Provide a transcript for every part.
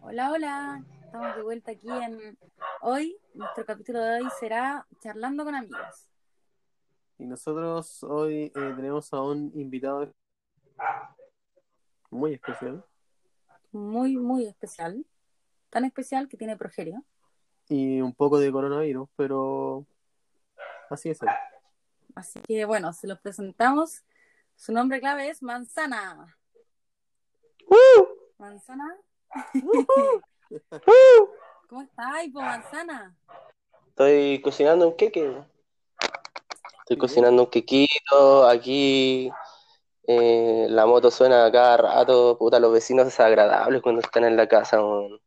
Hola, hola. Estamos de vuelta aquí en hoy. Nuestro capítulo de hoy será Charlando con amigos. Y nosotros hoy eh, tenemos a un invitado muy especial Muy, muy especial. Tan especial que tiene Progerio. y un poco de coronavirus, pero así es. él. Así que bueno, se los presentamos. Su nombre clave es Manzana. ¡Uh! ¿Manzana? ¿Cómo está? Ay, po, Manzana. Estoy cocinando un queque. Estoy cocinando un quequito. Aquí eh, la moto suena a cada rato. Puta, los vecinos desagradables cuando están en la casa. weón.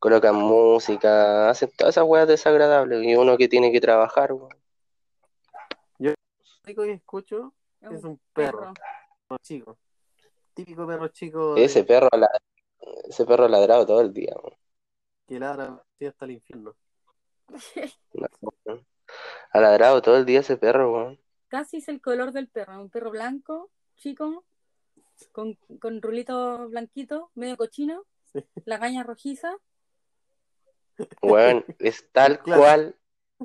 Colocan música, hacen todas esas weas desagradables. Y uno que tiene que trabajar. weón. Lo único que escucho es un perro, perro chico. Típico perro chico de- Ese perro, la- ese perro ha ladrado todo el día. weón. que ladra así hasta el infierno. No, weón. Ha ladrado todo el día ese perro. weón. Casi es el color del perro. Un perro blanco, chico, con, con rulito blanquito, medio cochino, la caña rojiza. Weón, es tal Claro. cual.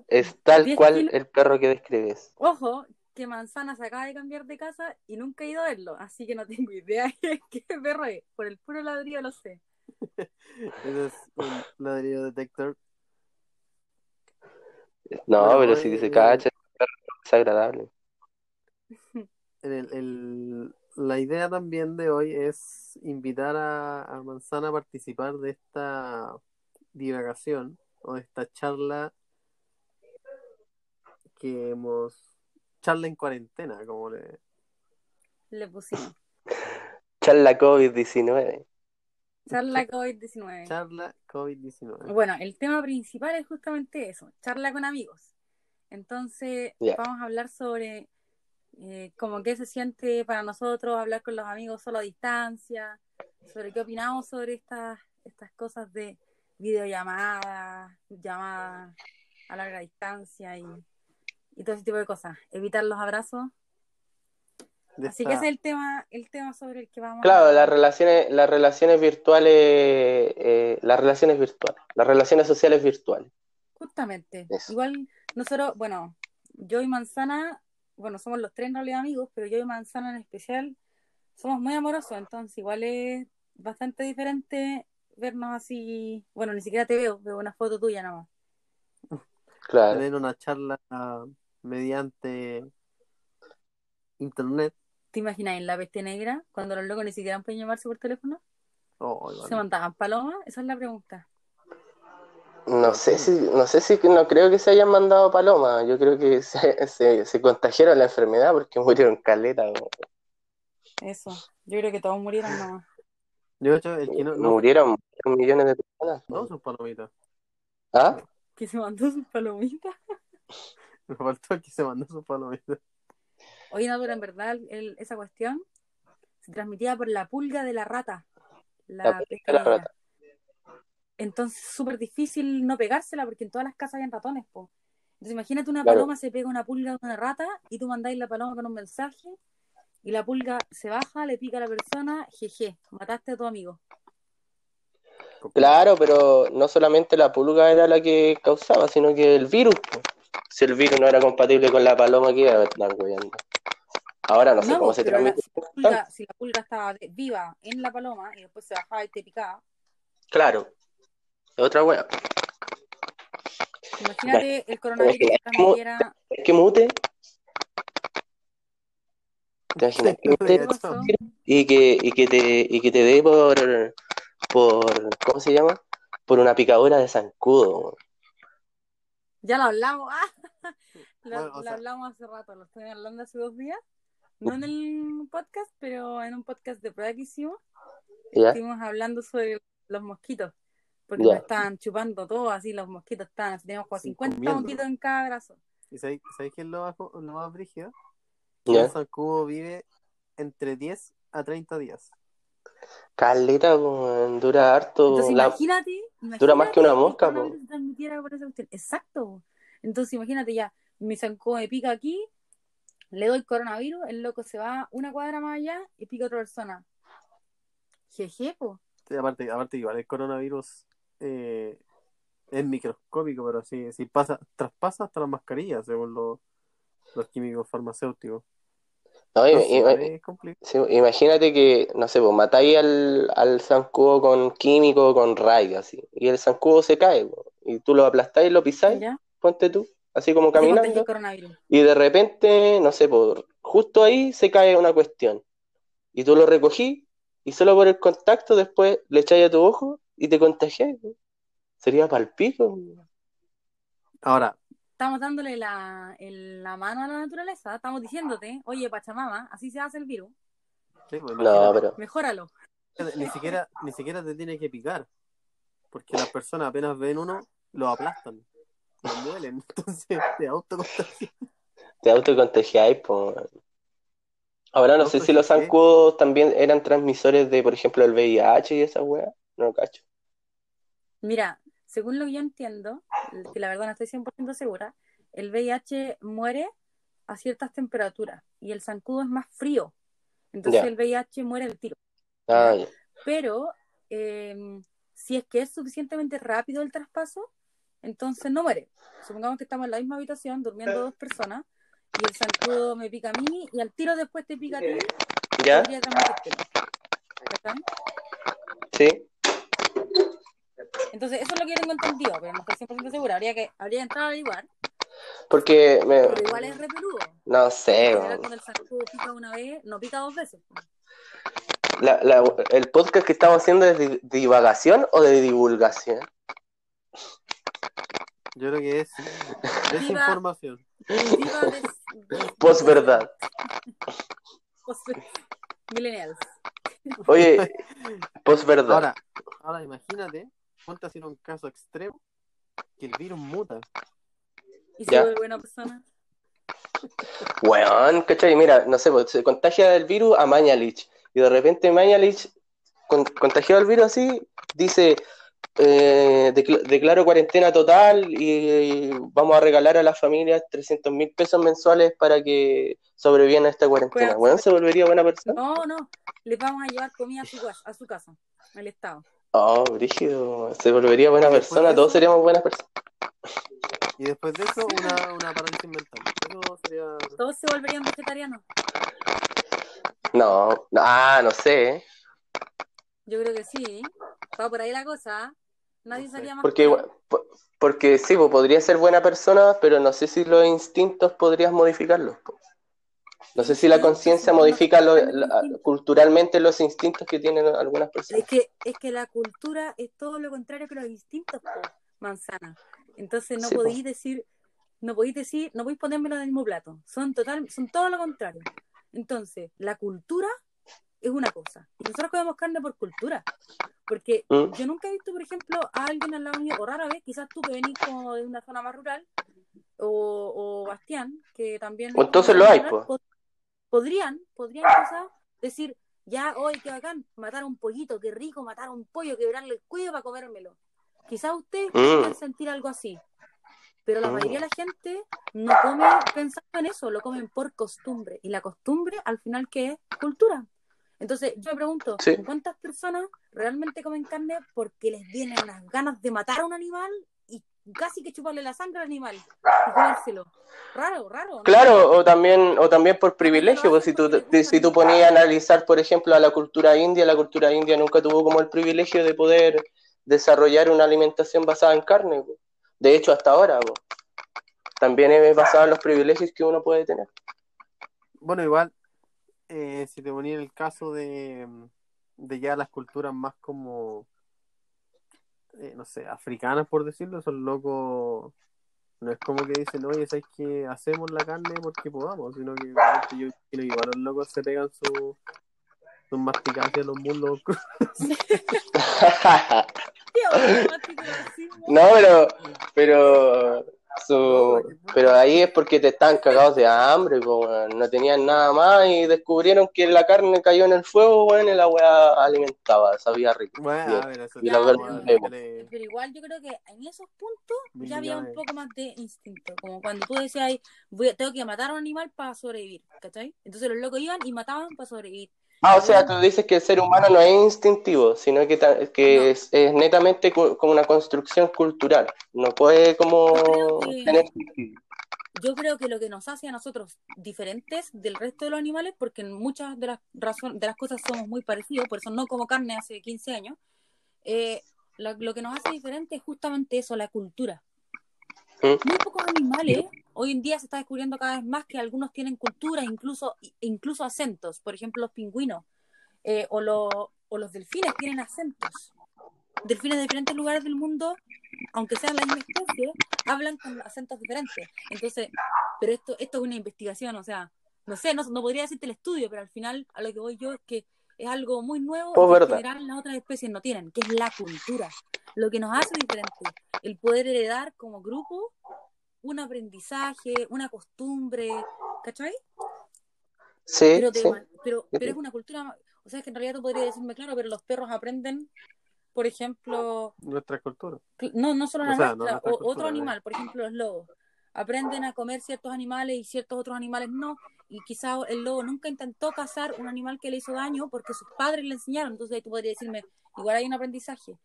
Es tal Diez cual kilos. el perro que describes. Ojo, que Manzana se acaba de cambiar de casa y nunca he ido a verlo, así que no tengo idea de qué perro es. Por el puro ladrillo lo sé. Ese es un ladrillo detector. No, Pero, pero si eh, dice cacha, es agradable. El- el- la idea también de hoy es invitar a, a Manzana a participar de esta divagación o de esta charla que hemos... charla en cuarentena, como le... Le pusimos. Charla COVID-19. Charla COVID-19. charla COVID-19. Bueno, el tema principal es justamente eso, charla con amigos. Entonces, Ya. vamos a hablar sobre eh, como qué se siente para nosotros hablar con los amigos solo a distancia, sobre qué opinamos sobre estas, estas cosas de videollamadas, llamadas a larga distancia y, y todo ese tipo de cosas. Evitar los abrazos. De Así esta- que ese es el tema, el tema sobre el que vamos Claro, a las relaciones, las relaciones virtuales, eh, las relaciones virtuales, las relaciones sociales virtuales. Justamente. Eso. Igual nosotros, bueno, yo y Manzana, bueno, somos los tres en realidad amigos, pero yo y Manzana en especial somos muy amorosos, entonces igual es bastante diferente vernos así. Bueno, ni siquiera te veo, veo una foto tuya nada más. Claro. tener una charla ah, mediante internet. ¿Te imaginas en la peste negra cuando los locos ni siquiera pueden llamarse por teléfono? Oh, igual. ¿Se mandaban palomas? Esa es la pregunta. No sé si, no sé si, no creo que se hayan mandado paloma. Yo creo que se, se, se contagiaron la enfermedad porque murieron caleta. weón. Eso. Yo creo que todos murieron nada más. Yo, yo, el que no, no, Murieron millones de personas. no sus palomitas. ¿Ah? Que se mandó sus palomitas. Me faltó el que se mandó sus palomitas. Oye, no, pero en verdad el- esa cuestión se transmitía por la pulga de la rata. La, La pulga peste de la negra. rata. Entonces, súper difícil no pegársela porque en todas las casas habían ratones, po. Entonces, imagínate una Claro. paloma se pega una pulga de una rata y tú mandáis la paloma con un mensaje y la pulga se baja, le pica a la persona, jeje, mataste a tu amigo. Claro, pero no solamente la pulga era la que causaba, sino que el virus. po. Si el virus no era compatible con la paloma, que iba a estar hueveando. Ahora no sé No, pues, cómo se pero la- transmite. Pulga, si la pulga estaba de- viva en la paloma y después se bajaba y te picaba, Claro. Es Otra hueá. imagínate el coronavirus se transmitiera Es que mute. ¿Te imaginas que mute Oso, y que, y que te, y que te dé por, por. ¿Cómo se llama? Por una picadura de zancudo. Ya lo hablamos. ¡Ah! Lo, Bueno, o lo sea- hablamos hace rato, lo estoy hablando hace dos días. No en el podcast, pero en un podcast de prueba que hicimos, ¿Ya? estuvimos hablando sobre los mosquitos. Porque Ya. nos estaban chupando todo así, los mosquitos estaban. así, Teníamos como Sí, 50 comiendo. mosquitos en cada brazo. ¿Y sabéis sabéis qué es lo, bajo- lo más brígido? Que ¿Ya? Un zancudo vive entre 10 a 30 días. Caleta, weón, dura harto. Entonces, La- imagínate, dura más que una mosca, el po. coronavirus se transmitiera por esa cuestión. Exacto. Entonces, imagínate ya, mi zancudo me pica aquí, le doy coronavirus, el loco se va una cuadra más allá y pica a otra persona. Jeje, po. aparte, aparte igual el coronavirus eh, es microscópico, pero sí, sí pasa, traspasa hasta las mascarillas, según los, los químicos farmacéuticos. No, Entonces, y- y- es complicado. Sí, imagínate que, no sé, pues matáis al, al zancudo con químico, con rayo, así. Y el zancudo se cae, po, y tú lo aplastáis, lo pisáis, ¿Ya? ponte tú, así como Y se contagia el caminando. coronavirus. Y de repente, no sé, por justo ahí se cae una cuestión. Y tú lo recogí, y solo por el contacto después le echáis a tu ojo y te contagiáis. po. Sería palpito. Ahora, Estamos dándole la, el- la mano a la naturaleza. Estamos diciéndote, oye, Pachamama, así se hace el virus. sí, pues, No, imagínate, pero. Mejóralo. ni siquiera, ni siquiera te tiene que picar, porque las personas apenas ven uno, lo aplastan, lo muelen, entonces te autocontagias. Te autocontagiáis, po. Ahora no pues Te sé si los autocontagiáis. zancudos también eran transmisores de, por ejemplo, el VIH y esa weá. No cacho. Mira, según lo que yo entiendo, que la verdad no estoy 100% segura, el VIH muere a ciertas temperaturas y el zancudo es más frío. Entonces Ya. el VIH muere al tiro. Ah, ya. Pero eh, si es que es suficientemente rápido el traspaso, entonces no muere. Supongamos que estamos en la misma habitación durmiendo dos personas y el zancudo me pica a mí y al tiro después te pica a ti. ¿Ya? podría transmitírtelo. ¿Verdad? Sí. Entonces, eso es lo que yo tengo entendido, pero no estoy 100% segura. Habría que, habría que entrar a averiguar, Porque me- pero igual es repeludo. no sé, Considerar weón. Cuando el zancudo pica una vez, no pica dos veces. La- la- el podcast que estamos haciendo es de divagación o de divulgación. Yo creo que es desinformación. Viva des- des- Posverdad. Posverdad. Millennials. Oye, posverdad. Ahora, ahora imagínate, ponte así en un caso extremo que el virus muta. Y se Ya. vuelve buena persona. Weón, ¿cachai? Mira, no sé, pues, se contagia el virus a Mañalich. Y de repente Mañalich, con, contagiado el virus así, dice, eh, decl- declaro cuarentena total y, vamos a regalar a las familias 300 mil pesos mensuales para que sobrevivan a esta cuarentena. Weón, Weón, ¿se volvería buena persona? No, no, les vamos a llevar comida a su casa, a su casa al Estado. Oh, brígido. Se volvería buena Después de persona, todos eso- seríamos buenas personas. Y después de eso, una, una parálisis mental. Eso sería. Todos se volverían vegetarianos. No, no, ah, no sé. Yo creo que sí. Va por ahí la cosa. ¿ah? Nadie No sé, salía más. Porque, igual- po- porque sí, pues, podría ser buena persona, pero no sé si los instintos podrías modificarlos. po. No sé si la Sí, sí, conciencia sí, modifica lo- no, la- no, no. culturalmente los instintos que tienen algunas Es personas. que, es que la cultura es todo lo contrario que los instintos, po, manzana. Entonces no Sí, po. podéis decir, no podéis decir, no podéis ponérmelo en el mismo plato. Son total, son todo lo contrario. Entonces, la cultura es una cosa. Y nosotros comemos carne por cultura. Porque ¿Mm? yo nunca he visto, por ejemplo, a alguien al lado mío, o rara vez, quizás tú que venís como de una zona más rural, o, o Bastián, que también... es Entonces como lo hay, rural, po. pod- podrían, podrían quizás decir, ya, hoy qué bacán, matar un pollito, qué rico matar un pollo, quebrarle el cuello para comérmelo. Quizás ustedes pueden sentir algo así, pero la Mm. mayoría de la gente no come pensando en eso, lo comen por costumbre. Y la costumbre al final que es cultura. Entonces yo me pregunto, Sí. ¿cuántas personas realmente comen carne porque les vienen las ganas de matar a un animal y casi que chuparle la sangre al animal y comérselo? Raro, raro. ¿no? Claro, o también, o también por privilegio, pues si tú, Porque le gusta, si tú ¿no? ponías a analizar, por ejemplo, a la cultura india, la cultura india nunca tuvo como el privilegio de poder desarrollar una alimentación basada en carne. po. De hecho, hasta ahora, po. también es basada en los privilegios que uno puede tener. Bueno, igual, eh, si te ponía el caso de, mm, de ya las culturas más como. eh, no sé, africanas, por decirlo, son locos. No es como que dicen, oye, ¿sabes que hacemos la carne porque podamos? Sino que obviamente, yo creo que igual los locos se pegan su, sus masticantes a los mundos oscuros. Tío, qué dramático, así, ¿no? No, pero, pero, su- pero ahí es porque te están cagados de hambre, po, weón. no tenían nada más y descubrieron que la carne cayó en el fuego, bueno, y la weá alimentaba, sabía rico. Bueno, a ver, eso Y la ya, verdad, vamos a pero- darle Pero igual yo creo que en esos puntos mil ya había un millones. poco más de instinto. Como cuando tú decías, "Ay, voy a- tengo que matar a un animal para sobrevivir, ¿cachai? Entonces los locos iban y mataban para sobrevivir. Ah, o sea, tú dices que el ser humano no es instintivo, sino que, ta- que No. es, es netamente cu- como una construcción cultural. No puede Yo creo como que- tener... Yo creo que lo que nos hace a nosotros diferentes del resto de los animales, porque en muchas de las razón- de las cosas somos muy parecidos, por eso no como carne hace 15 años, eh, la- lo que nos hace diferente es justamente eso, la cultura. ¿Mm? Muy pocos animales, hoy en día se está descubriendo cada vez más que algunos tienen cultura, incluso, incluso acentos, por ejemplo los pingüinos eh, o, lo- o los delfines tienen acentos. Delfines de diferentes lugares del mundo, aunque sean la misma especie, hablan con acentos diferentes. Entonces, pero esto, esto es una investigación, o sea, no sé, no, no podría decirte el estudio, pero al final a lo que voy yo es que es algo muy nuevo Pues y que en verdad. general las otras especies no tienen, que es la cultura, lo que nos hace diferente, el poder heredar como grupo un aprendizaje, una costumbre, ¿cachai? Sí, Pero, de sí. man- pero, pero es una cultura, o sea, es que en realidad tú podrías decirme, claro, pero los perros aprenden, por ejemplo, Nuestra cultura. Cl- No, no solo O la sea, no nuestra, nuestra o- cultura, otro ¿no? animal, por ejemplo, los lobos. Aprenden a comer ciertos animales y ciertos otros animales no. Y quizá el lobo nunca intentó cazar un animal que le hizo daño porque sus padres le enseñaron. Entonces ahí tú podrías decirme, igual hay un aprendizaje.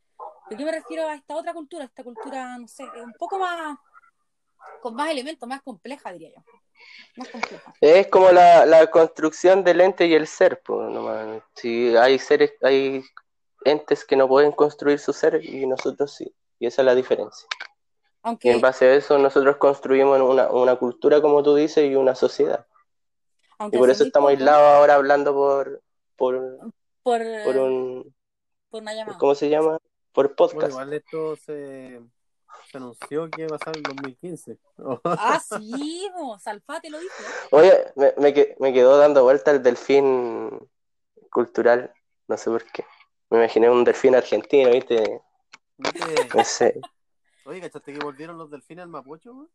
Pero yo me refiero a esta otra cultura, esta cultura, no sé, es un poco más, con más elementos, más compleja, diría yo. Más compleja. Es como la, la construcción del ente y el ser, pues, nomás. Si hay seres, hay entes que no pueden construir su ser y nosotros sí. Y esa es la diferencia. Y en Aunque, base a eso nosotros construimos una, una cultura, como tú dices, y una sociedad. Y aunque por hace eso muy estamos poco, aislados ahora hablando por, por, por, por eh, un, por una llamada. ¿cómo se llama? Por Bueno, podcast. igual esto se, se anunció que iba a pasar en 2015. Ah, sí, vos, Salfate lo dijo. Oye, me, me, que- me quedó dando vuelta el delfín cultural, no sé por qué. Me imaginé un delfín argentino, ¿viste? Oye, No sé. Oye, ¿cachaste que volvieron los delfines al Mapocho? güey?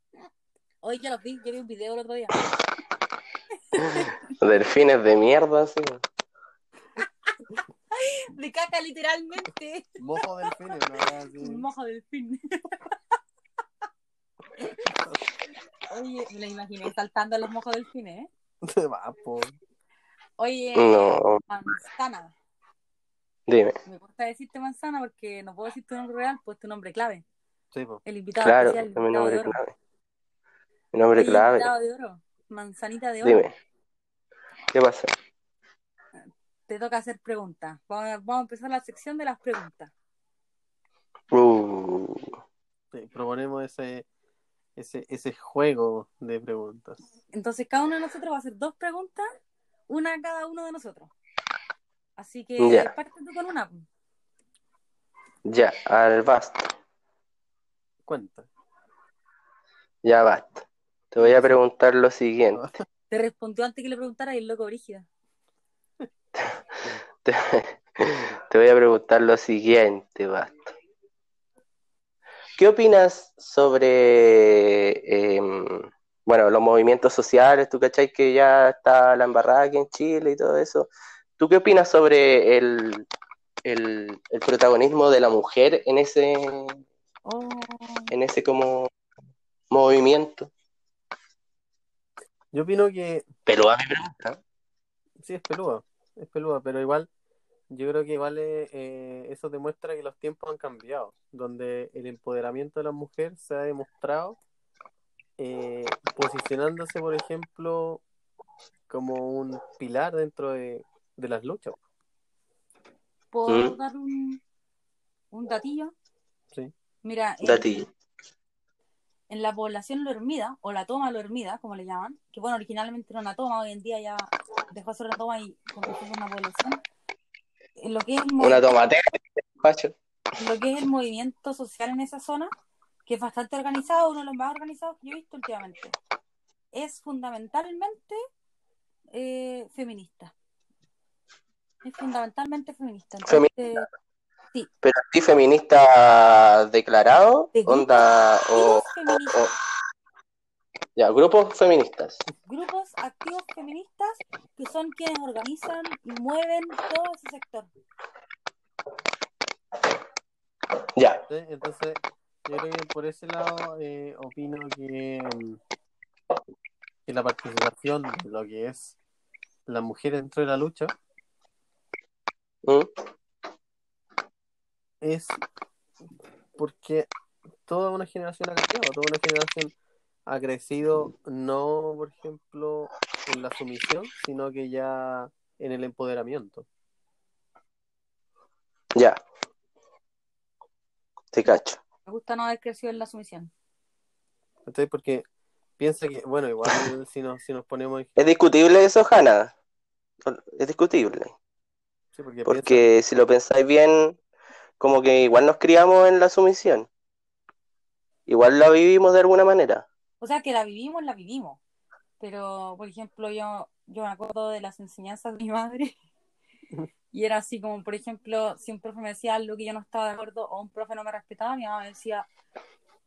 Hoy ya los vi, yo vi un video el otro día. Delfines de mierda, así. De caca, literalmente. Mojo delfines, una weá así. Un mojo del fin. Oye, me lo imaginé saltando a los mojos del fin, ¿eh? Se va, po. Oye, No, manzana. dime. Me gusta decirte manzana porque no puedo decir tu nombre real, pues tu nombre clave. Sí, po. El invitado Claro, especial, el mi invitado de nombre oro. clave. Mi nombre Oye, clave. invitado de oro. Manzanita de oro. Dime. ¿Qué pasa? Te toca hacer preguntas. Vamos a, vamos a empezar la sección de las preguntas. Uh, Sí, proponemos ese, ese, ese juego de preguntas. Entonces, cada uno de nosotros va a hacer dos preguntas, una a cada uno de nosotros. Así que Ya. parte tú con una. ya, al basta. Cuenta. Ya basta. Te voy a preguntar lo siguiente. Te respondió antes que le preguntara y el loco brígida. Te, te voy a preguntar lo siguiente, Basta. ¿Qué opinas sobre, em, bueno, los movimientos sociales? ¿Tú cachai que ya está la embarrada aquí en Chile y todo eso? ¿Tú qué opinas sobre el, el- el protagonismo de la mujer en ese, Oh. en ese como movimiento? Yo opino que Pero a mi pregunta. sí es peluda, es peluda, pero igual yo creo que vale, eh, eso demuestra que los tiempos han cambiado, donde el empoderamiento de la mujer se ha demostrado eh, posicionándose, por ejemplo, como un pilar dentro de, de las luchas. ¿Puedo Mm. dar un, un datillo? Sí. Mira, en, Dati. en la población lo hermida, o la toma lo hermida, como le llaman, que bueno, originalmente era una toma, hoy en día ya dejó de ser una toma y convirtió en una población. En Lo que, es el movi- Una tomatera, Pacho. lo que es el movimiento social en esa zona, que es bastante organizado, uno de los más organizados que yo he visto últimamente, es fundamentalmente eh, feminista. Es fundamentalmente feminista. Entonces, Pero así feminista declarado, De grupo. onda, o, grupos feministas. ya, grupos feministas. grupos activos feministas que son quienes organizan y mueven todo ese sector. Ya, ¿sí? Entonces, yo creo que por ese lado eh, opino que, mm, que la participación, de lo que es la mujer dentro de la lucha, ¿Mm? es porque toda una generación ha cambiado, toda una generación ha crecido no, por ejemplo, en la sumisión, sino que ya en el empoderamiento. Ya. Te cacho. Me gusta no haber crecido en la sumisión. Entonces, porque piensa que, bueno, igual si nos, si nos ponemos en... ¿Es discutible eso, Hanna? Es discutible. sí, porque, piensa- Porque si lo pensáis bien, como que igual nos criamos en la sumisión. Igual la vivimos de alguna manera. O sea, que la vivimos, la vivimos. Pero, por ejemplo, yo, yo me acuerdo de las enseñanzas de mi madre. Y era así como, por ejemplo, si un profe me decía algo que yo no estaba de acuerdo o un profe no me respetaba, mi mamá me decía,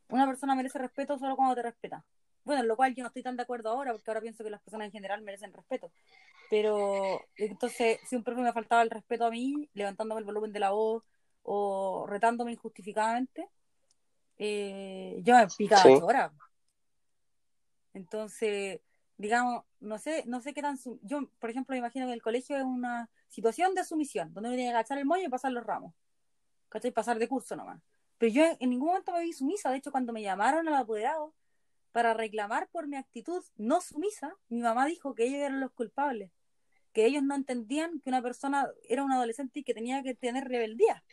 una persona merece respeto solo cuando te respeta. Bueno, en lo cual yo no estoy tan de acuerdo ahora, porque ahora pienso que las personas en general merecen respeto. Pero entonces, si un profe me faltaba el respeto a mí, levantándome el volumen de la voz o retándome injustificadamente, eh, yo me picaba Sí. ocho horas. Entonces, digamos, no sé, no sé qué tan... su- Yo, por ejemplo, me imagino que el colegio es una situación de sumisión, donde uno tiene que agachar el moño y pasar los ramos. ¿Cachai? Pasar de curso nomás. Pero yo en ningún momento me vi sumisa. De hecho, cuando me llamaron al apoderado para reclamar por mi actitud no sumisa, mi mamá dijo que ellos eran los culpables. Que ellos no entendían que una persona era un adolescente y que tenía que tener rebeldía.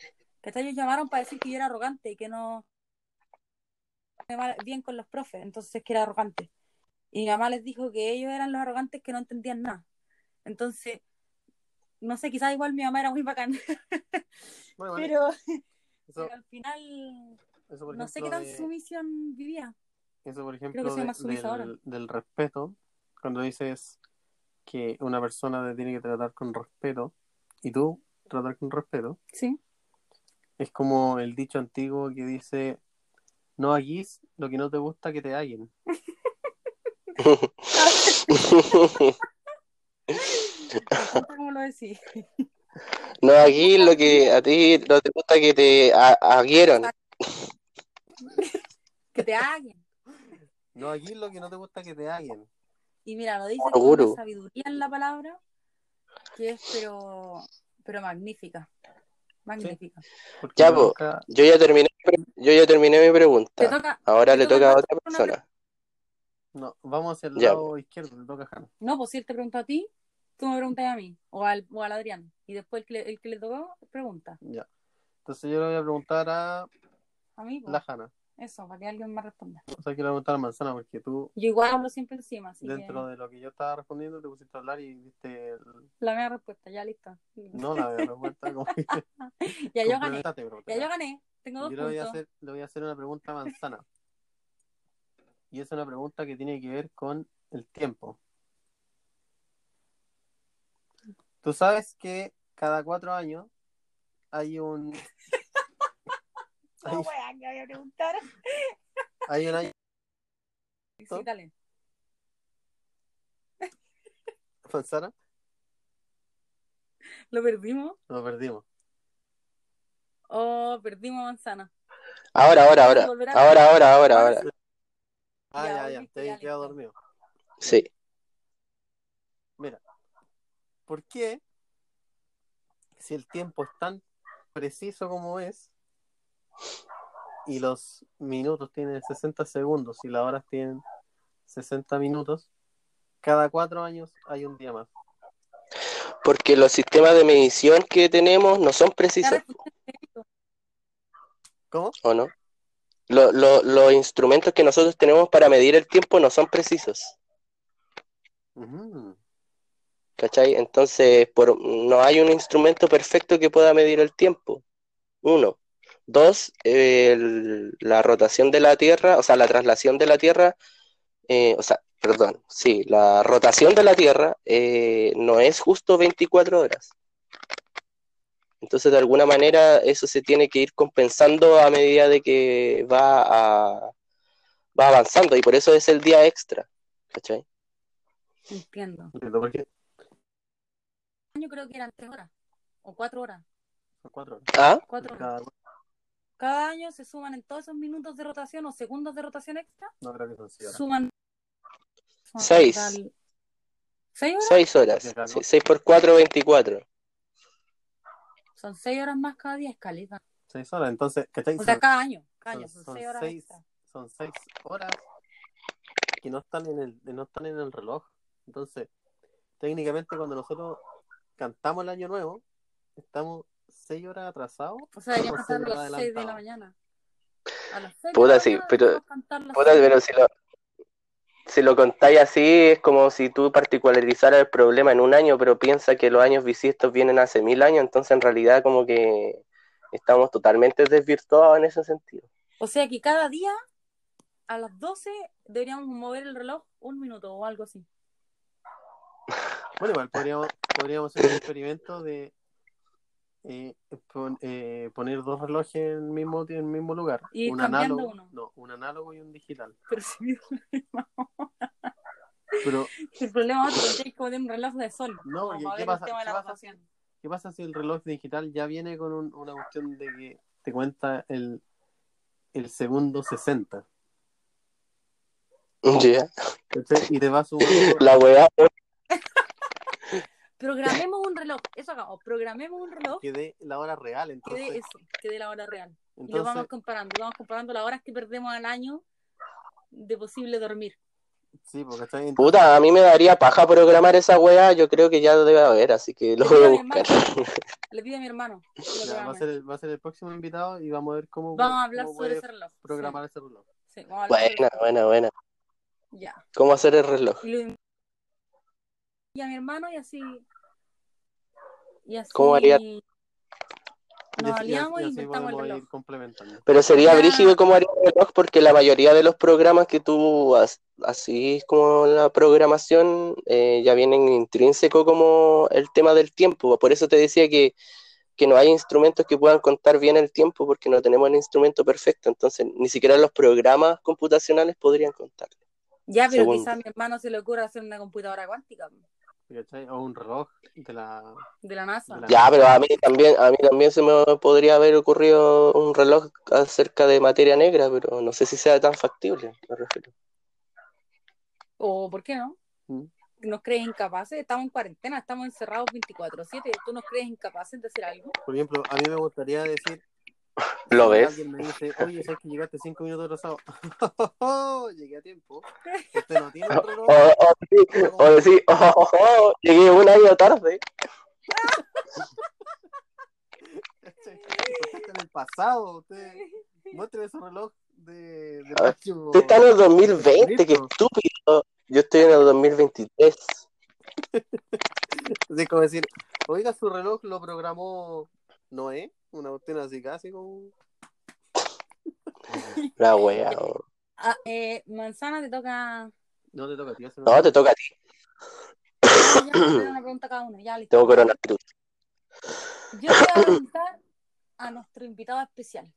¿Cachai? Ellos llamaron para decir que yo era arrogante y que no me va bien con los profes, entonces que era arrogante. Y mi mamá les dijo que ellos eran los arrogantes que no entendían nada. Entonces, no sé, quizás igual mi mamá era muy bacana, Bueno, vale, pero, eso, pero al final eso, por no sé qué ejemplo, tan de- sumisión vivía. Eso, por que ejemplo, soy de- más sumisa ahora. del, del respeto, cuando dices que una persona te tiene que tratar con respeto y tú tratar con respeto, Sí. es como el dicho antiguo que dice, no hagas lo que no te gusta que te hagan. ¿Cómo lo decís? no, aquí lo que a ti no te gusta que te a- aguieron. Que te hagan. No hagas lo que no te gusta que te hagan. Y mira, lo dice con Seguro. una sabiduría en la palabra, que es pero, pero magnífica. Magnífica. Porque Ya, po. nunca... Yo ya terminé, mi pre- yo ya terminé mi Te pregunta. toca. Ahora te le toca toca a más otra una pre- persona. No, vamos hacia el Ya, lado izquierdo, te toca Jano. No, pues si él te preguntó a ti, tú me preguntas a mí, o al, o al Adrián. Y después el que, le, el que le tocó, pregunta. Ya. Entonces yo le voy a preguntar a A mí, pues, la Jana. eso, para que alguien me responda. O sea, que le voy a preguntar a Manzana porque tú, Yo igual hablo siempre encima, así dentro que de lo que yo estaba respondiendo, te pusiste a hablar y diste el- la mera respuesta, ya listo. no la respuesta como que- Ya yo gané, Complementate, bro, ya ya. yo gané. Tengo dos Yo le voy, a puntos. hacer, le voy a hacer una pregunta a manzana. Y es una pregunta que tiene que ver con el tiempo. Tú sabes que cada cuatro años hay un. Hay, No, weá, que Oh, voy a preguntar. hay un año. Sí, dale. ¿Manzana? Lo perdimos. Nos perdimos. Oh, perdimos a manzana. ahora, ahora, ahora. Volver a- Ahora, ahora, ahora, Ahora ahora. sí. Ya, Ah, ya, ya. volviste, Te ya, he quedado listo. dormido. Sí. ¿Por qué, si el tiempo es tan preciso como es, y los minutos tienen 60 segundos y las horas tienen 60 minutos, cada cuatro años hay un día más? Porque los sistemas de medición que tenemos no son Ya precisos, respondí, ¿Cómo? ¿o no? Lo- lo- los instrumentos que nosotros tenemos para medir el tiempo no son precisos, Ujú. ¿cachai? Entonces, por, no hay un instrumento perfecto que pueda medir el tiempo. Uno. Dos, el- la rotación de la Tierra, o sea, la traslación de la Tierra, eh, o sea, perdón, sí, la rotación de la Tierra eh, no es justo 24 horas. Entonces, de alguna manera, eso se tiene que ir compensando a medida de que va, a- va avanzando, y por eso es el día extra, ¿cachai? Entiendo. Entiendo por qué. Yo creo que eran tres horas o cuatro horas. Son cuatro horas. ¿Ah? Cuatro horas. Cada- Cada año se suman en todos esos minutos de rotación o segundos de rotación extra, No creo que son seis horas. suman. suman Seis. total- ¿Seis horas? Ah. Seis horas. Acá, ¿no? Sí, seis por cuatro, 24. Son seis horas más cada día, es caleta. Seis horas, entonces, ¿cachai? O sea, Son- cada año, cada año, son, son- son seis horas seis- extra. son seis horas que no están en el no están en el reloj entonces técnicamente cuando nosotros cantamos el año nuevo estamos seis horas atrasados O sea, deberíamos estar por a ser las seis de la adelantado. mañana. A las seis Puta, de la sí, mañana pero- deberíamos cantar las Puta, seis. pero si lo, si lo contáis así, es como si tú particularizaras el problema en un año, pero piensa que los años bisiestos vienen hace mil años, entonces en realidad como que estamos totalmente desvirtuados en ese sentido. O sea que cada día a las 12 deberíamos mover el reloj un minuto o algo así. bueno igual podríamos podríamos hacer un experimento de eh, pon- eh, poner dos relojes en el mismo en el mismo lugar Y ir un cambiando análogo uno. no un análogo y un digital Pero si pero el problema es que tendréis como de un reloj de sol. no Vamos a ver ¿qué- qué el pasa tema de qué la pasa si rotación. ¿Qué pasa si el reloj digital ya viene con un- una cuestión de que te cuenta el, el segundo 60? Ya. ¿cachai? Y te va sumando. La weá, Programemos un reloj, eso hagamos, programemos un reloj Que dé la hora real, que dé entonces. eso, que dé la hora real. Y lo Entonces, vamos comparando, vamos comparando las horas que perdemos al año de posible dormir. sí, porque está bien. puta, a mí me daría paja programar esa weá, yo creo que ya lo debe haber, así que lo voy a Debe haber buscar. Le pido a mi hermano. que lo Ya, va, a programe. ser el, va a ser el próximo invitado y vamos a ver cómo, Vamos a hablar cómo sobre puede ese reloj. Sí, programar ese reloj. sí, vamos a hablar sobre- Buena, buena, buena. Ya. ¿Cómo hacer el reloj? y, lo in- y a mi hermano y así y así ¿Cómo haría? Y nos así- y aliamos y así inventamos el podemos reloj ir complementando. Pero sería Ya. brígido cómo haría el reloj, porque la mayoría de los programas que tú as- así es como la programación eh, ya vienen intrínseco como el tema del tiempo. Por eso te decía que, que no hay instrumentos que puedan contar bien el tiempo, porque no tenemos el instrumento perfecto. Entonces, ni siquiera los programas computacionales podrían contar. ya pero Segundo. quizás a mi hermano se le ocurra hacer una computadora cuántica ¿cachai? O un reloj de la. de la NASA De la- Ya, pero a mí también, a mí también se me podría haber ocurrido un reloj acerca de materia negra, pero no sé si sea tan factible, me refiero. o por qué no Mm. nos crees incapaces estamos en cuarentena estamos encerrados 24/7 tú nos crees incapaces de hacer algo Por ejemplo, a mí me gustaría decir. ¿Lo si ves? Alguien me dice, oye, sabes que llegaste cinco minutos atrasado. Llegué a tiempo. Usted no tiene un reloj. O, o, sí, o decir, "Oh, oh, oh, llegué un año tarde. Usted Este, está en el pasado, usted muestre su reloj de, de A ver, máximo. Usted está en Este el 2020, qué Listo. estúpido. Yo estoy en el 2023. Así como decir, oiga, su reloj lo programó Noé, una cuestión así casi como. La wea. weón. Ah, eh, manzana te toca No te toca a ti hacer una- No, te toca a ti. Ya, ya, hacer una pregunta cada uno ya listo Tengo coronavirus. yo te voy a preguntar a nuestro invitado especial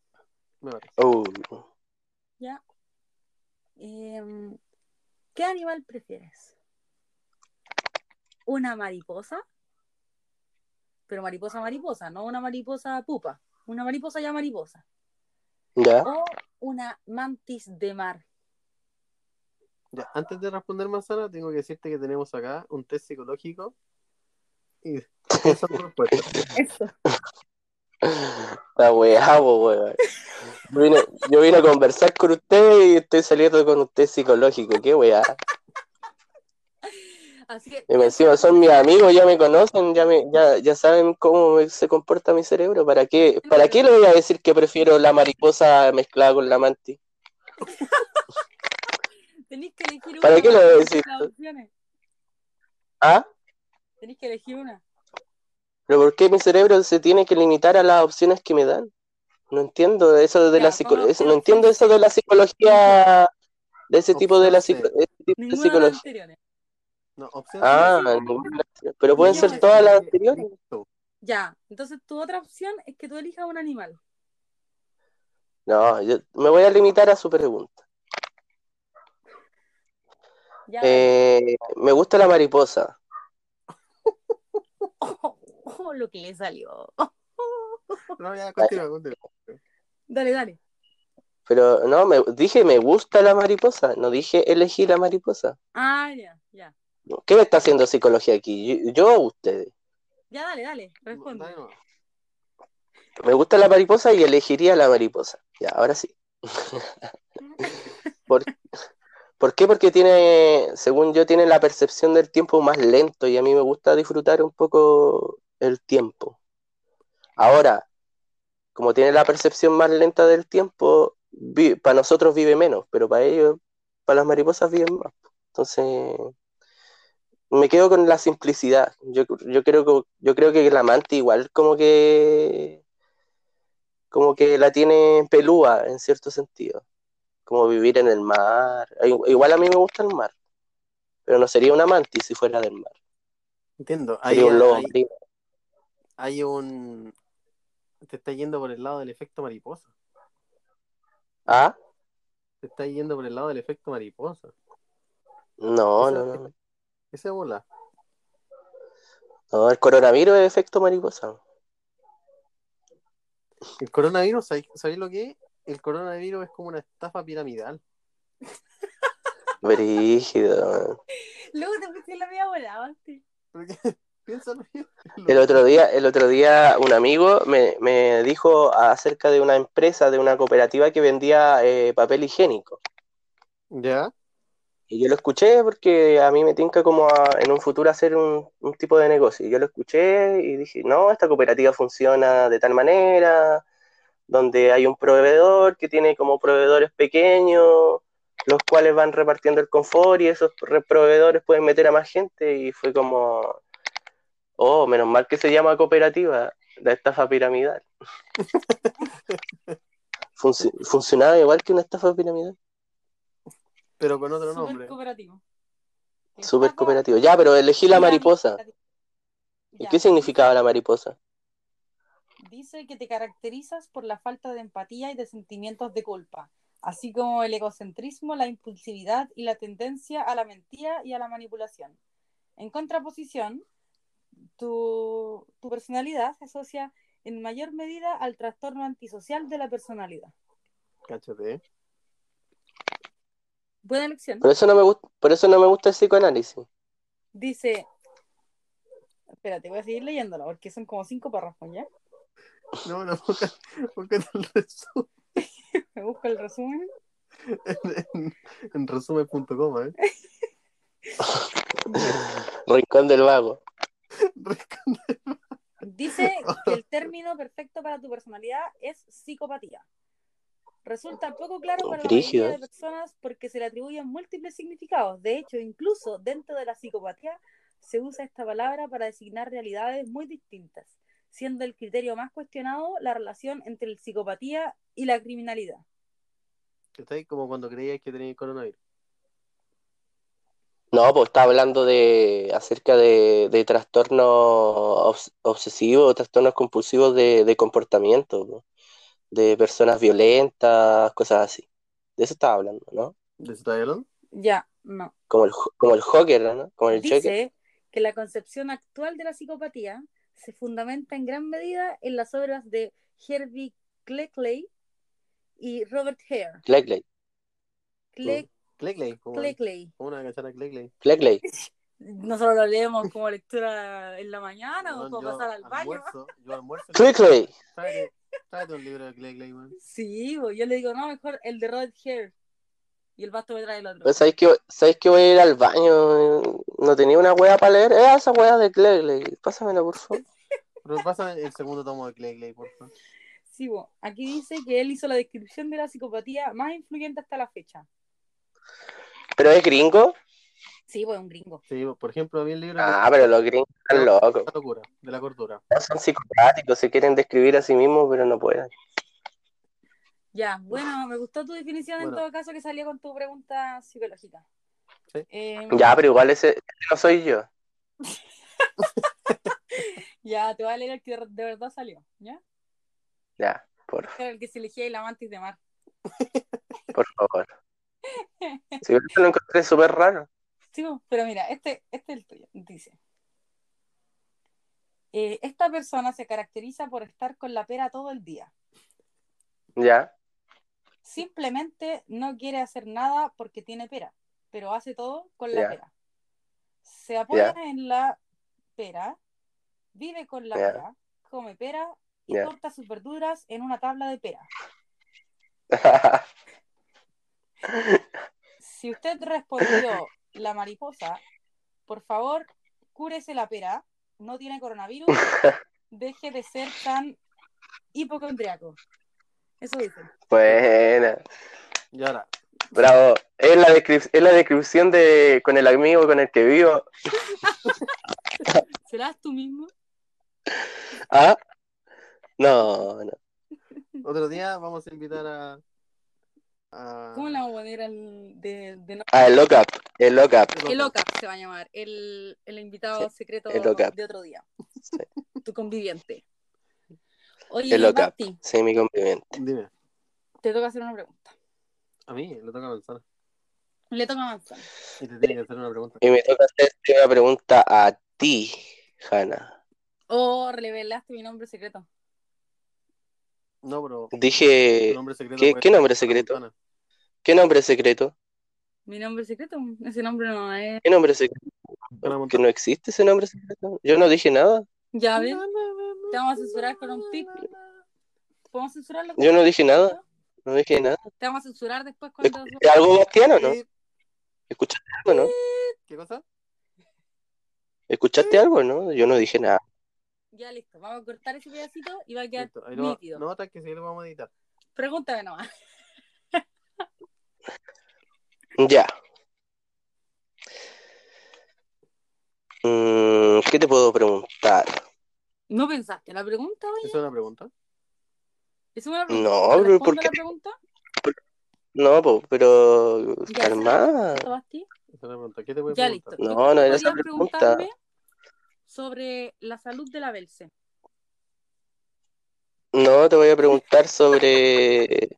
Me parece. Uh, Ya. Em, ¿Qué animal prefieres? ¿Una mariposa? Pero mariposa, mariposa, no una mariposa pupa. Una mariposa ya mariposa. ya. O una mantis de mar. Ya, antes de responder, Manzana, tengo que decirte que tenemos acá un test psicológico. Y esa es tu respuesta. Eso. La wea, po, weón. Yo vine, yo vine a conversar con usted y estoy saliendo con usted psicológico. Qué wea. Así que, Y me encima son mis amigos, ya me conocen, ya me, ya, ya saben cómo me- se comporta mi cerebro. ¿Para qué, para qué le voy a decir que prefiero la mariposa mezclada con la mantis? tenéis que elegir una. ¿Para qué lo porque voy a son decir? las opciones. ¿Ah? Tenéis que elegir una. ¿Pero por qué mi cerebro se tiene que limitar a las opciones que me dan? No entiendo eso de Ya, la psico- vamos a eso- hacer no entiendo eso de la psicología de ese tipo de la Opción psico- ese tipo de Ninguna de las psicología. anteriores. No, opción Ah, C. ninguna. pero pueden Yo ser me- todas las anteriores. Ya. Entonces, tu otra opción es que tú elijas un animal. No, yo me voy a limitar a su pregunta. Ya. Eh, me gusta la mariposa. Oh, oh, lo que le salió. Oh, No, ya, continúa, continúa. Dale, dale. Pero no, me dije me gusta la mariposa, no dije elegí la mariposa. Ah, ya, ya. ¿Qué me está haciendo psicología aquí? ¿Yo yo o ustedes? Ya, dale, dale, Dale responde. nomás. Me gusta la mariposa y elegiría la mariposa. Ya, ahora sí. ¿Por, ¿Por qué? Porque tiene, según yo, tiene la percepción del tiempo más lento y a mí me gusta disfrutar un poco el tiempo. Ahora, como tiene la percepción más lenta del tiempo, vi- para nosotros vive menos, pero para ellos, para las mariposas viven más. Entonces, me quedo con la simplicidad. Yo, yo creo que yo creo que el amante igual como que como que la tiene pelúa en cierto sentido. Como vivir en el mar. I- Igual a mí me gusta el mar. Pero no sería un amante si fuera del mar. Entiendo. Hay, Sería un lobo hay- marino. hay un... Te está yendo por el lado del efecto mariposa. ¿Ah? Te está yendo por el lado del efecto mariposa. No, Eso- no, no. no. Esa bola. No, el coronavirus es efecto mariposa. El coronavirus, ¿sabéis sabéis lo que es? El coronavirus es como una estafa piramidal. Brígido. Luego te pusiste la media volada, sí. Piénsalo bien. El otro día, el otro día un amigo me, me dijo acerca de una empresa, de una cooperativa que vendía eh, papel higiénico. ¿Ya? Y yo lo escuché porque a mí me tinca como a- en un futuro hacer un, un tipo de negocio. Y yo lo escuché y dije, no, esta cooperativa funciona de tal manera, donde hay un proveedor que tiene como proveedores pequeños, los cuales van repartiendo el confort y esos re- proveedores pueden meter a más gente. Y fue como, oh, menos mal que se llama cooperativa, la estafa piramidal. Funci- funcionaba igual que una estafa piramidal. Pero con otro Súper nombre. cooperativo. Eh, Súper cooperativo. Ya, pero elegí la mariposa. ¿Y Ya, qué significaba la mariposa? Dice que te caracterizas por la falta de empatía y de sentimientos de culpa, así como el egocentrismo, la impulsividad y la tendencia a la mentira y a la manipulación. En contraposición, tu, tu personalidad se asocia en mayor medida al trastorno antisocial de la personalidad. Cáchate, ¿eh? Buena elección. Por eso no me gusta, por eso no me gusta el psicoanálisis. Dice, espérate, voy a seguir leyéndolo porque son como cinco párrafos, ¿ya? No, no, busca, busca el resumen. Me busco el resumen. En, en resumen.com, ¿eh? Rincón del vago. Dice que el término perfecto para tu personalidad es psicopatía. Resulta poco claro para la Brígido. mayoría de personas porque se le atribuyen múltiples significados. De hecho, incluso dentro de la psicopatía se usa esta palabra para designar realidades muy distintas, siendo el criterio más cuestionado la relación entre la psicopatía y la criminalidad. Está ahí como cuando creías que tenías coronavirus. No, pues está hablando de acerca de, de trastornos obs- obsesivos, trastornos compulsivos de, de comportamiento, ¿no? de personas violentas, cosas así. De eso estaba hablando, ¿no? ¿De eso estáis hablando? Ya, no. Como el, jo- como el Joker, ¿no? Como el Joker. Dice que la concepción actual de la psicopatía se fundamenta en gran medida en las obras de Herbie Cleckley y Robert Hare. Cleckley, Cle- Cleckley. Como, Cleckley. como una cachara Cleckley. Cleckley. Nosotros lo leemos como lectura en la mañana o Weón, como yo pasar pues al baño. almuerzo, yo almuerzo. Cleckley. Tráete, tráete un libro de Cleckley, man. Sí, bo, yo le digo, no, mejor el de Robert Hare. Y el basto me trae el otro. Pues sabéis que, sabéis que voy a ir al baño. No tenía una hueá para leer. Eh, esa hueá de Cleckley. Pásamela, por favor. Pero pasa el segundo tomo de Cleckley, por favor. Sí, bo, aquí dice que él hizo la descripción de la psicopatía más influyente hasta la fecha. ¿Pero es gringo? Sí, bo, es un gringo. Sí, por ejemplo, había el libro de Ah, pero los gringos están locos. la locura, de la cordura. No son psicopáticos, se quieren describir a sí mismos, pero no pueden. Ya, bueno, me gustó tu definición en Bueno. todo caso que salía con tu pregunta psicológica. Sí. Eh, Ya, pero igual ese, ese no soy yo. ya, te voy a leer el que de verdad salió, ¿ya? Ya, por, Era el que se elegía el amante de mar. por favor. Si yo lo encontré súper raro. Sí, bo, pero mira, este, este es el tuyo. Dice. eh, esta persona se caracteriza por estar con la pera todo el día. Ya, Simplemente no quiere hacer nada porque tiene pera, pero hace todo con la Ya. pera. Se apoya Ya. en la pera, vive con la Ya. pera, come pera y Ya. corta sus verduras en una tabla de pera. Si usted respondió la mariposa, por favor, cúrese la pera, no tiene coronavirus, deje de ser tan hipocondriaco. Eso dice. Buena, Y ahora, bravo. Es la, descrip- es la descripción de con el amigo con el que vivo. ¿Serás tú mismo? ¿Ah? No, no. otro día vamos a invitar a. a- ¿Cómo la vamos a poner al de, de no- Ah, el lockup, el lockup. El OCAP se va a llamar, el, el invitado secreto el OCAP. de otro día. Tu conviviente. Oye, El OCAP. Martín, Sí, mi conviviente. Dime, te toca hacer una pregunta. a mí le toca avanzar. Le toca avanzar. Y te tiene que hacer una pregunta. Y me toca hacerte una pregunta a ti, Hanna. Oh, revelaste mi nombre secreto. No, pero. Dije, tu nombre secreto Eh, ¿qué- puede qué ser nombre Hannah secreto? Montana. ¿qué nombre secreto? Mi nombre secreto, ese nombre no es. ¿Qué nombre secreto? Hannah ¿Que Montana. no existe ese nombre secreto? Yo no dije nada. Ya ven, te vamos a censurar con un tip. ¿Podemos censurarlo? Yo no dije nada. No dije nada. Te vamos a censurar después cuando. ¿Es algo bastiano, Ah, no? ¿Qué- ¿Escuchaste algo, no? ¿Qué cosa? ¿Escuchaste algo, no? Yo no dije nada. Ya listo, vamos a cortar ese pedacito y va a quedar Listo, ahí lo va- nítido. No, tranqui, sí lo vamos a editar. Pregúntame nomás. Ya. Mm, ¿Qué te puedo preguntar? ¿No pensaste la pregunta, güey? ¿Eso es una pregunta? ¿Es una pregunta? No, ¿Te pero respondo ¿por la qué? pregunta? No, po, pero Ya, esa era la calmada. pregunta, Basti. ¿Eso es una pregunta? ¿Qué te voy a Ya listo. preguntar? No, no era esa Podrían pregunta. preguntarme sobre la salud de la Belce. No, te voy a preguntar sobre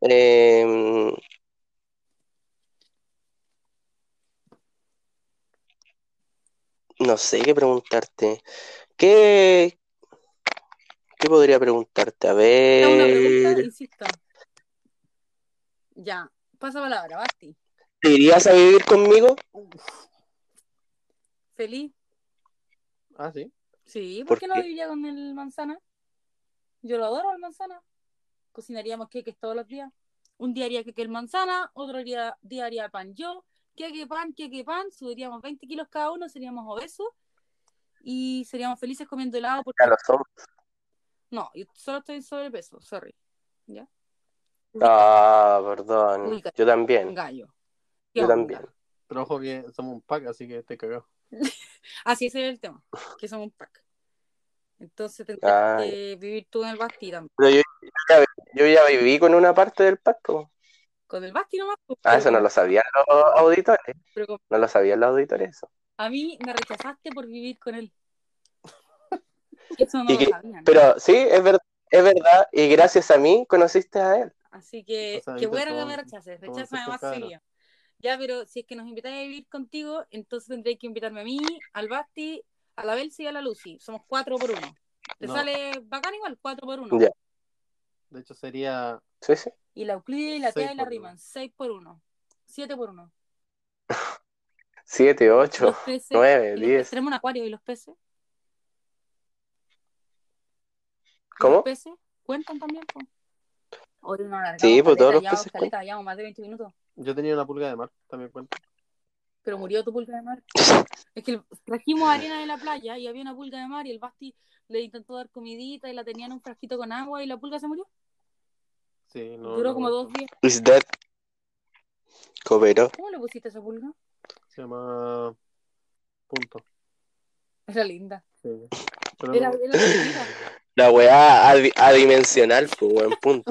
em, no sé qué preguntarte. ¿Qué, qué podría preguntarte? A Es una ver, pregunta, insisto. Ya, pasa palabra, Basti. ¿te irías a vivir conmigo? ¿Feliz? Ah, sí. Sí, ¿por, ¿Por qué, no qué? viviría con el manzana? Yo lo adoro al manzana. Cocinaríamos queques todos los días. Un día haría queque el manzana, otro día, día haría pan yo. Queque pan, queque pan, subiríamos 20 kilos cada uno, seríamos obesos y seríamos felices comiendo helado. Porque... Ya lo somos. No, yo solo estoy en sobrepeso, sorry. Ah, perdón. Ubica- Yo también. Gallo. Yo también. Pero ojo que somos un pack, así que estoy cagado. Así ese es el tema, que somos un pack. Entonces tendrías Ah, que vivir tú en el Basti también. Pero yo, yo ya, yo ya viví con una parte del pacto. Con el Basti nomás, pues, Ah, pero eso no con- lo sabían los auditores. pero con- No lo sabían los auditores eso. a mí me rechazaste por vivir con él. Eso no Y lo que- sabían. Pero sí, es verdad, es verdad. Y gracias a mí conociste a él. Así que, O sea, qué ahorita bueno que todo- me rechaces, todo recházame empezó más acá, ¿no? seguido. Ya, pero si es que nos invitáis a vivir contigo, entonces tendréis que invitarme a mí, al Basti, a la Belsi y a la Lucy. Somos cuatro por uno. Te No. sale bacán igual, cuatro por uno. Ya. De hecho, sería. Sí, sí. Y la Euclide, y la Seis Tea y la por uno. Riemann, seis por uno. Siete por uno. Siete, Y ocho, los peces, nueve, y los peces, diez. tenemos un acuario y los peces. ¿Y ¿Cómo? ¿Los peces cuentan también? po? Hoy no largamos Sí, pues, caleta, todos los llevamos peces caleta, llevamos más de 20 minutos. Yo tenía una pulga de mar, también cuenta. Pero murió tu pulga de mar. Es que el- trajimos arena de la playa y había una pulga de mar y el Basti le intentó dar comidita y la tenía en un frasquito con agua y la pulga se murió. Sí, no. Duró no como cuenta. dos días. Is that Covero? ¿Cómo le pusiste a esa pulga? Se llama. Punto. Era linda. Sí. Pero Era, no- era chiquitita. La weá adi- adimensional, pues, weón, punto.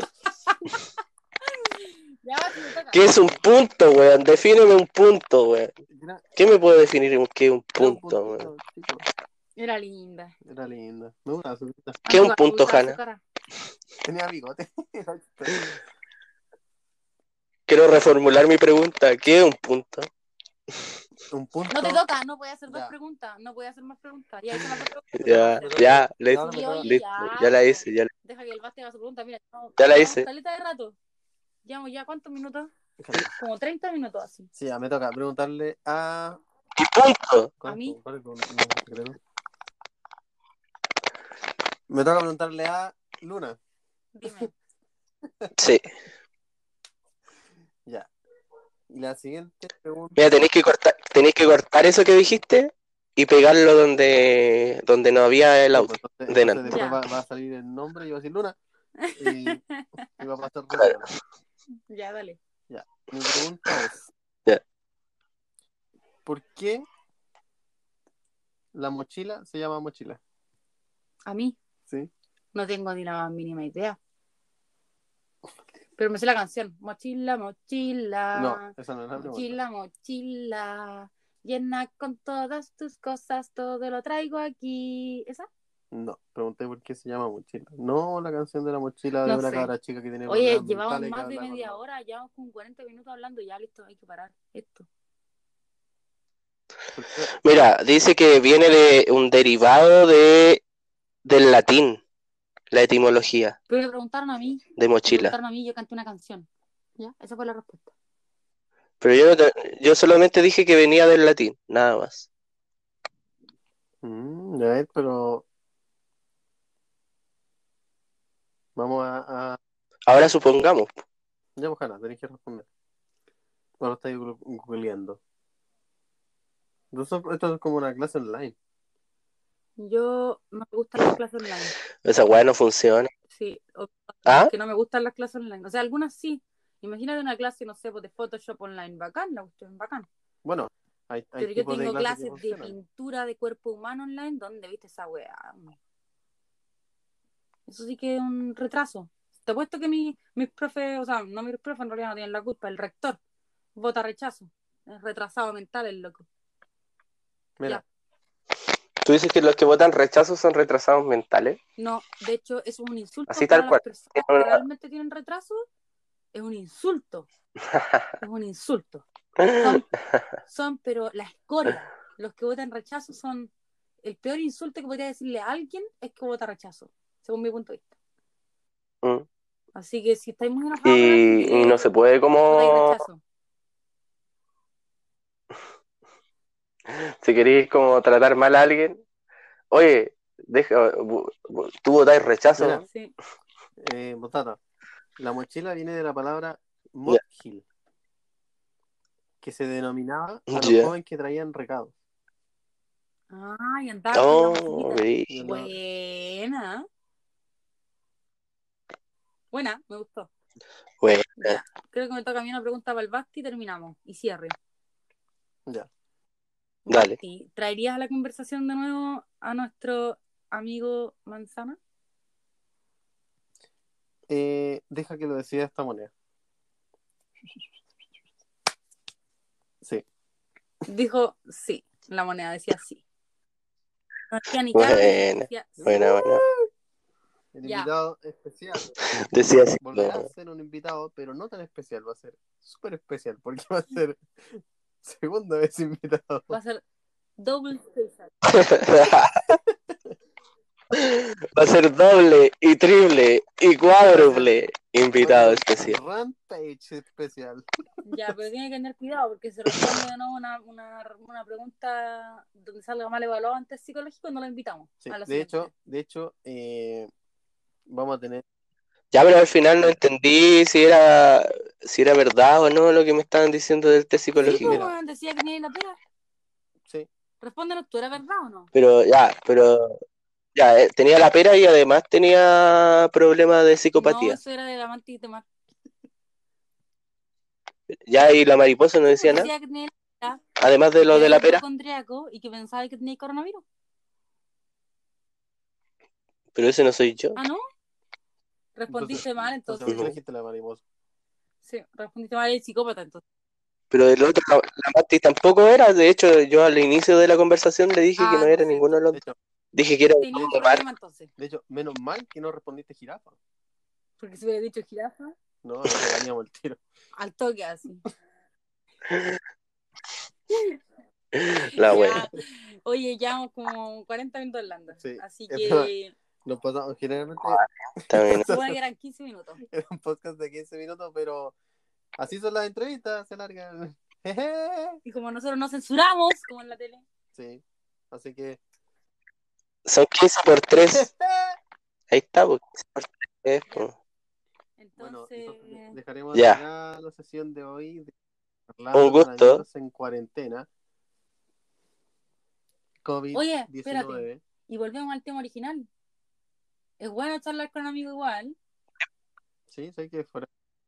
Ya, Basti, me toca. ¿Qué es un punto, weón? Defíneme un punto, weón. Era, ¿Qué me puede definir un- qué es un era un punto, weón? puntito, chico. Era linda. Era linda. Me gustaba su pinta. ¿Qué es un Amiga, me punto, gustaba su Hanna? cara. Tenía bigote. Era chistoso. Quiero reformular mi pregunta. ¿Qué es un punto? un punto. No te toca, no puede hacer dos Ya. preguntas, no puede hacer más preguntas. Ya hice las dos preguntas. Ya, ya, listo, Sí, oye, listo. Ya la hice, ya, la- Deja que el Basti haga su pregunta, mira. no, Ya la llevamos hice. Caleta de rato. Llevamos ya cuántos minutos? Caleta. Como 30 minutos así. Sí, ya me toca preguntarle a. ¿Qué punto? ¿cuál es mí? tu- cuál es tu nombre secreto? Me toca preguntarle a Luna. Dime. Sí. Ya. Y la siguiente pregunta. Mira, tenéis que cortar, tenéis que cortar eso que dijiste y pegarlo donde, donde no había el audio. Pues, entonces- de nada. entonces después va, va a salir el nombre y va a decir Luna. Y, y va a pasar por ahí. Ya, dale. Mi pregunta es: Ya. ¿Por qué la mochila se llama mochila? A mí ¿Sí? no tengo ni la más mínima idea. Pero me sé la canción. Mochila, mochila. No, esa no es la pregunta. Ah, Mochila, mochila, llena con todas tus cosas, todo lo traigo aquí. ¿Esa? No, pregunté por qué se llama mochila. No la canción de la mochila de No una sé. cabra chica que tiene Oye, problemas llevamos mentales y que más de habla con media la- hora, llevamos con 40 minutos hablando, ya listo, hay que parar esto. ¿Por qué? Mira, dice que viene de un derivado de del latín, la etimología Pero me preguntaron a mí, de me mochila. preguntaron a mí, yo canté una canción. ¿Ya? Esa fue la respuesta. Pero yo, no te- yo solamente dije que venía del latín, nada más. Mm, a ver, pero. Vamos a. a... Ahora supongamos, Ya, pues, Hanna, tenés que responder. Ahora estáis gu- googleando. Entonces, esto es como una clase online. Yo no me gustan las clases online. esa weá no funciona. Sí, o- ¿Ah? que no me gustan las clases online. O sea, algunas sí. Imagínate una clase, no sé, pues, de Photoshop online, bacán, la cuestión bacán. Bueno, hay, hay Pero yo tipos de tengo clases clases que de funcionan. pintura de cuerpo humano online donde viste esa weá. mm. Eso sí que es un retraso. Te apuesto que mi- mis profes, o sea, no mis profes en realidad no tienen la culpa, el rector vota rechazo. Es retrasado mental el loco. Mira, Tú dices que los que votan rechazo son retrasados mentales. No, de hecho es un insulto Así para tal cual. las personas que realmente tienen retraso. Es un insulto. Es un insulto. Son, son, pero la escoria. Los que votan rechazo son. El peor insulto que podría decirle a alguien es que vota rechazo, según mi punto de vista. Mm. Así que si estáis muy enojados, con alguien, Y, y dile, no se puede "Votáis como... rechazo. si queréis como tratar mal a alguien, oye, deja, bu- bu- tú votáis rechazo. Mira. Sí. eh, Botata, la mochila viene de la palabra mochil, que se denominaba a los Ya. jóvenes que traían recados. Ah, y andaba No, con la mochilita. vi. Yo no- Buena. Buena, me gustó. Buena. Ya. Creo que me toca a mí una pregunta para el Basti y terminamos. Y cierre. Ya. Dale. Basti, ¿traerías a la conversación de nuevo a nuestro amigo Manzana? Eh, deja que lo decida esta moneda. Sí. Dijo sí. La moneda decía sí. No hacía ni Buena, cara, decía sí. Buena, buena. El Ya. invitado especial Decía así. volverá a ser un invitado, pero no tan especial, va a ser súper especial, porque va a ser segunda vez invitado. Va a ser double suicide. Va a ser doble y triple y cuádruple invitado Va a ser especial. Rampage especial. Ya, pero tiene que tener cuidado porque se responde de nuevo una, una, una pregunta donde salga mal evaluado antes psicológico, no lo invitamos. Sí, a la de siguiente. hecho, de hecho, eh, vamos a tener. Ya, pero al final no entendí si era si era verdad o no lo que me estaban diciendo del test Sí, psicológico. pues, mira. weón, decía que tenía la pera. Sí, Respóndenos tú, ¿era verdad o no? Pero ya, pero ya, eh, tenía la pera y además tenía problemas de No, psicopatía. eso era de la mantis de mar. Ya, y la mariposa no decía nada, Decía que tenía además de lo de la pera. hipocondriaco y que pensaba que tenía coronavirus. Pero ese no soy yo. Ah, ¿no? Respondiste mal, entonces. entonces trajiste la mariposa. Sí, respondiste mal el psicópata, entonces. Pero el otro, la, la Mati tampoco era. De hecho, yo al inicio de la conversación le dije Ah, que no no era sé. ninguno de los De hecho, Dije que era un Tenía un de mar. problema, entonces. de hecho, menos mal que no respondiste jirafa. Porque si hubiera dicho jirafa, No, no te dañamos el tiro. al toque así. Ya. La wea. Oye, llevamos como 40 minutos hablando. Sí. Así Es que, Nos pasamos generalmente También. supone que eran 15 minutos. era un podcast de 15 minutos, pero así son las entrevistas, se largan. Jeje. Y como nosotros nos censuramos, como en la tele. Sí, así que. Son 15 por 3. jeje. Ahí está, pues, porque es, pues. Bueno, Entonces, entonces dejaremos Ya. acá la sesión de hoy. de charlar Un gusto. para niños En cuarentena. COVID-19. Oye, espérate. y volvemos al tema original. Es bueno charlar con un amigo igual. Sí, sé que fuera,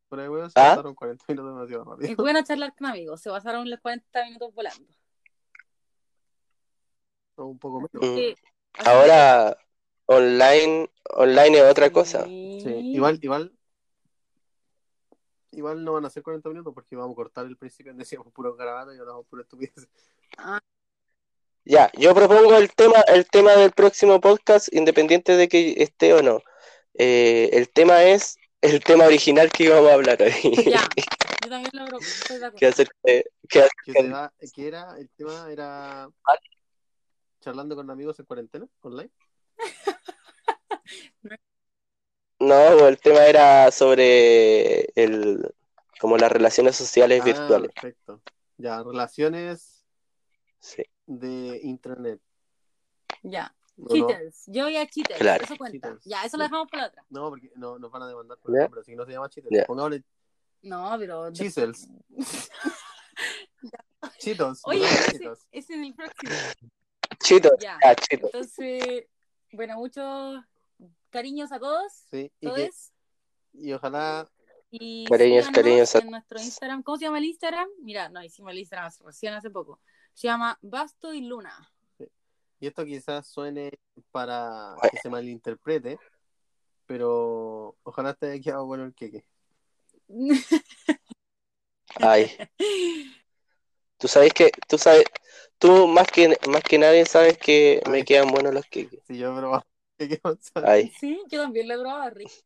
fuera de huevo se ¿Ah? pasaron 40 minutos demasiado rápido. Es bueno charlar con amigos. Se pasaron los 40 minutos volando. O un poco menos. Mm. Sí. Ahora, online, online es otra cosa. Sí. Sí, Igual, igual. Igual no van a ser 40 minutos porque vamos a cortar el principio. Decíamos puro garabato y hablamos puro estupidez. Ya, yo propongo el tema, el tema del próximo podcast, independiente de que esté o no. Eh, el tema es el tema original que íbamos a hablar hoy. Ya. Yo también lo creo. Estoy de que acuerdo. hacer que- que- Que, se va- que era, el tema era. Charlando con amigos en cuarentena, online. no, el tema era sobre el como las relaciones Ah. sociales virtuales. perfecto. Ya, relaciones Sí. de intranet. Ya. ¿o no? Cheaters. Yo voy a cheaters. Claro. Eso cuenta. Cheaters. Ya, eso lo Sí. dejamos para la otra. No, porque no, nos van a demandar por Ya. el nombre, así que no se llama Cheaters. Ya. Pongámosle No, pero. Chisels. Cheetos. Oye, ¿verdad? ese, Cheetos. ese es el próximo. Chito, Ya. ya, chito. Entonces, bueno, muchos cariños a todos. Sí, y, Todos. que- y ojalá Y Cariños, síganos cariños a- en nuestro Instagram. ¿Cómo se llama el Instagram? Mira, no, hicimos el Instagram hace- recién hace poco. Se llama Basto y Luna. Y esto quizás suene para Bueno. que se malinterprete, pero ojalá te haya quedado bueno el queque. Ay, tú sabes que, tú sabes, tú más que más que nadie sabes que me Ay. quedan buenos los que Si yo he probado queque González. Ay. sí, yo también lo he probado rico. es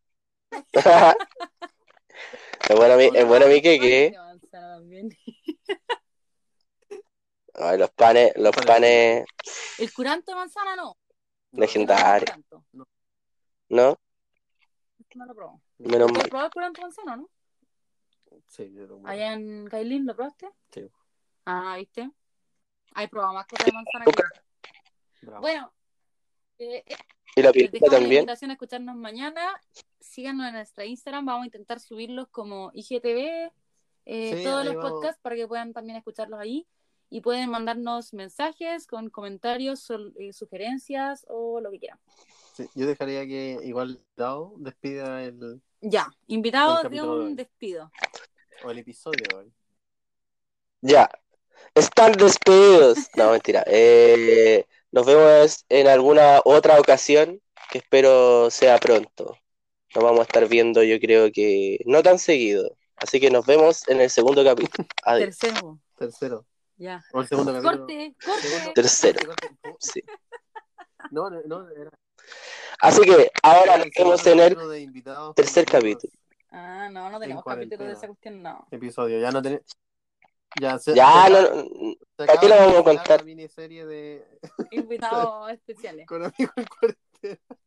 bueno mi, es Eh, bueno mi queque. ¿eh? Ay, avanzada también. Ay, los panes, los panes, El curanto de manzana no. No, Legendario. El curanto, ¿no? No lo probó. Menos ¿Tú mal. has probado el curanto de manzana, no? Sí, yo lo Allá en Cailín, ¿lo probaste? Sí. Ah, ¿viste? Ahí probado más cosas de manzana. que- Bravo. Bueno, eh, Y la Les pirulita dejamos la también. invitación a escucharnos mañana. Síganos en nuestra Instagram. Vamos a intentar subirlos como IGTV, eh, Sí, todos ahí los vamos. podcasts para que puedan también escucharlos ahí. Y pueden mandarnos mensajes con comentarios, sol- eh, sugerencias o lo que quieran. Sí, yo dejaría que igual Dao despida el, Ya, El invitados de capítulo de un hoy. despido. o el episodio de hoy. Ya. Están despedidos. No, mentira. Eh, nos vemos en alguna otra ocasión que espero sea pronto. Nos vamos a estar viendo, yo creo que no tan seguido. Así que nos vemos en el segundo capítulo. Adiós. Tercero, Tercero. ya. O el segundo capítulo. Corte, corte. Tercero. Sí. No, no, no. Era, Así que ahora era nos el vemos en segundo el capítulo de invitados este con tercer amigos. capítulo. Ah, no, no En tenemos cuarentena. capítulo de esa cuestión, no. Episodio. Ya no tenés. Ya, se, Ya, se- no, se ¿para qué acaba lo de vamos a cancelar contar? La miniserie de Invitados especiales. Con amigos en cuarentena.